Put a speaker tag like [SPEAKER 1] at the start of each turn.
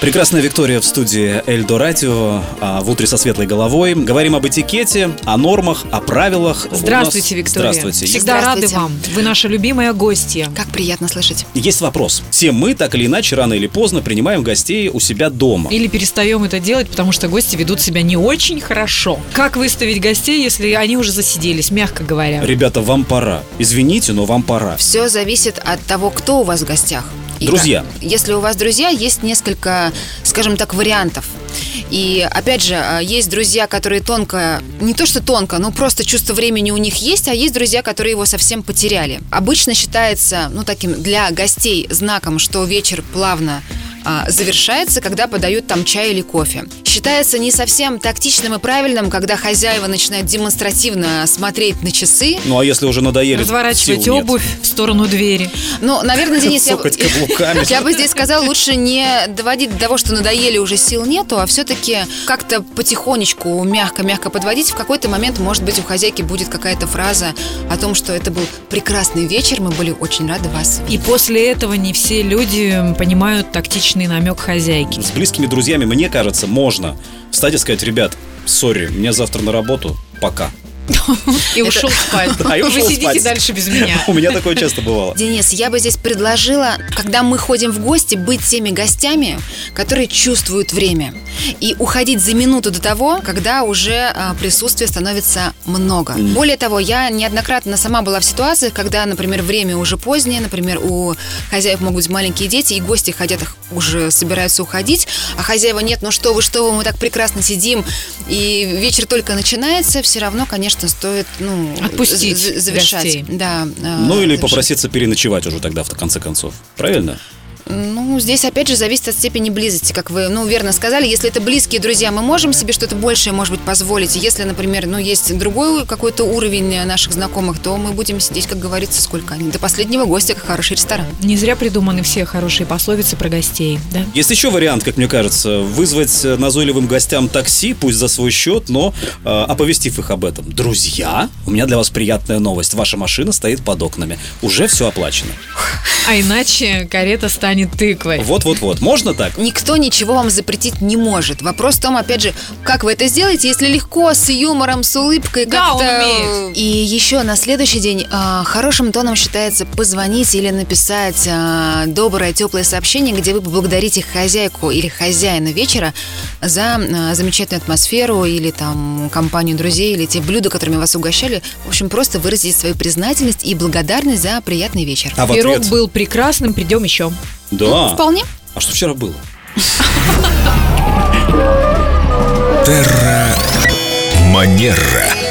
[SPEAKER 1] Прекрасная Виктория в студии Эльдо Радио а, в утре со светлой головой. Говорим об этикете, о нормах, о правилах. У нас-
[SPEAKER 2] Здравствуйте, Виктория.
[SPEAKER 1] Здравствуйте. Есть-
[SPEAKER 2] Всегда рады
[SPEAKER 3] Здравствуйте.
[SPEAKER 2] вам. Вы наша любимая гостья.
[SPEAKER 3] Как приятно слышать.
[SPEAKER 1] Есть вопрос. Все мы так или иначе рано или поздно принимаем гостей у себя дома.
[SPEAKER 2] Или перестаем это делать, потому что гости ведут себя не очень хорошо. Как выставить гостей, если они уже засиделись, мягко говоря?
[SPEAKER 1] Ребята, вам пора. Извините, но вам пора.
[SPEAKER 3] Все зависит от того, кто у вас в гостях. И
[SPEAKER 1] Друзья.
[SPEAKER 3] как. Если у вас друзья, есть несколько, скажем так, вариантов. И опять же, а, есть друзья, которые тонко, не то что тонко, но просто чувство времени у них есть, а есть друзья, которые его совсем потеряли. Обычно считается, ну таким для гостей знаком, что вечер плавно а, завершается, когда подают там чай или кофе. Считается не совсем тактичным и правильным, когда хозяева начинают демонстративно смотреть на часы.
[SPEAKER 1] Ну а если уже надоели,
[SPEAKER 2] Разворачивать
[SPEAKER 1] сил нет.
[SPEAKER 2] обувь в сторону двери.
[SPEAKER 3] Ну, наверное, Денис, я... бы-
[SPEAKER 1] Цокать каблуками.
[SPEAKER 3] Я бы здесь сказала, лучше не доводить до того, что надоели, уже сил нету, а все-таки как-то потихонечку, мягко-мягко подводить. В какой-то момент, может быть, у хозяйки будет какая-то фраза о том, что это был прекрасный вечер, мы были очень рады вас.
[SPEAKER 2] И после этого не все люди понимают тактичный намек хозяйки.
[SPEAKER 1] С близкими друзьями, мне кажется, можно встать и сказать, ребят, сори, мне завтра на работу, пока.
[SPEAKER 2] И ушел спать.
[SPEAKER 1] Да, и
[SPEAKER 2] Вы
[SPEAKER 1] ушел
[SPEAKER 2] сидите
[SPEAKER 1] спать.
[SPEAKER 2] дальше без меня.
[SPEAKER 1] У меня такое часто бывало.
[SPEAKER 3] Денис, я бы здесь предложила, когда мы ходим в гости, быть теми гостями, которые чувствуют время. И уходить за минуту до того, когда уже а, присутствия становится много. Более того, я неоднократно сама была в ситуации, когда, например, время уже позднее, например, у хозяев могут быть маленькие дети, и гости хотят их уже собираются уходить, а хозяева нет, ну что вы, что вы, мы так прекрасно сидим, и вечер только начинается, все равно, конечно, стоит, ну,
[SPEAKER 2] Отпустить
[SPEAKER 3] з- завершать.
[SPEAKER 2] гостей.
[SPEAKER 3] Да, а,
[SPEAKER 1] Ну или
[SPEAKER 3] завершать.
[SPEAKER 1] попроситься переночевать уже тогда, в конце концов. Правильно?
[SPEAKER 3] Ну, здесь опять же зависит от степени близости, как вы, ну, верно сказали. Если это близкие друзья, мы можем себе что-то большее, может быть, позволить. Если, например, ну, есть другой какой-то уровень э, наших знакомых, то мы будем сидеть, как говорится, сколько они. До последнего гостя, как хороший ресторан.
[SPEAKER 2] Не зря придуманы все хорошие пословицы про гостей, да?
[SPEAKER 1] Есть еще вариант, как мне кажется, вызвать э, назойливым гостям такси, пусть за свой счет, но э, оповестив их об этом. Друзья, у меня для вас приятная новость. Ваша машина стоит под окнами. Уже все оплачено.
[SPEAKER 2] А иначе карета станет тыквой.
[SPEAKER 1] Вот-вот-вот. Можно так?
[SPEAKER 3] Никто ничего вам запретить не может. Вопрос в том, опять же, как вы это сделаете, если легко, с юмором, с улыбкой,
[SPEAKER 2] Да,
[SPEAKER 3] как-то... э,
[SPEAKER 2] он умеет.
[SPEAKER 3] И еще на следующий день а, хорошим тоном считается позвонить или написать а, доброе, теплое сообщение, где вы поблагодарите хозяйку или хозяина вечера за а, замечательную атмосферу или там компанию друзей или те блюда, которыми вас угощали. В общем, просто выразить свою признательность и благодарность за приятный вечер.
[SPEAKER 1] А в
[SPEAKER 2] Пирог
[SPEAKER 1] ответ?
[SPEAKER 2] был прекрасным, придем еще.
[SPEAKER 1] Да.
[SPEAKER 3] Ну, вполне.
[SPEAKER 1] А что вчера было?
[SPEAKER 4] Манера.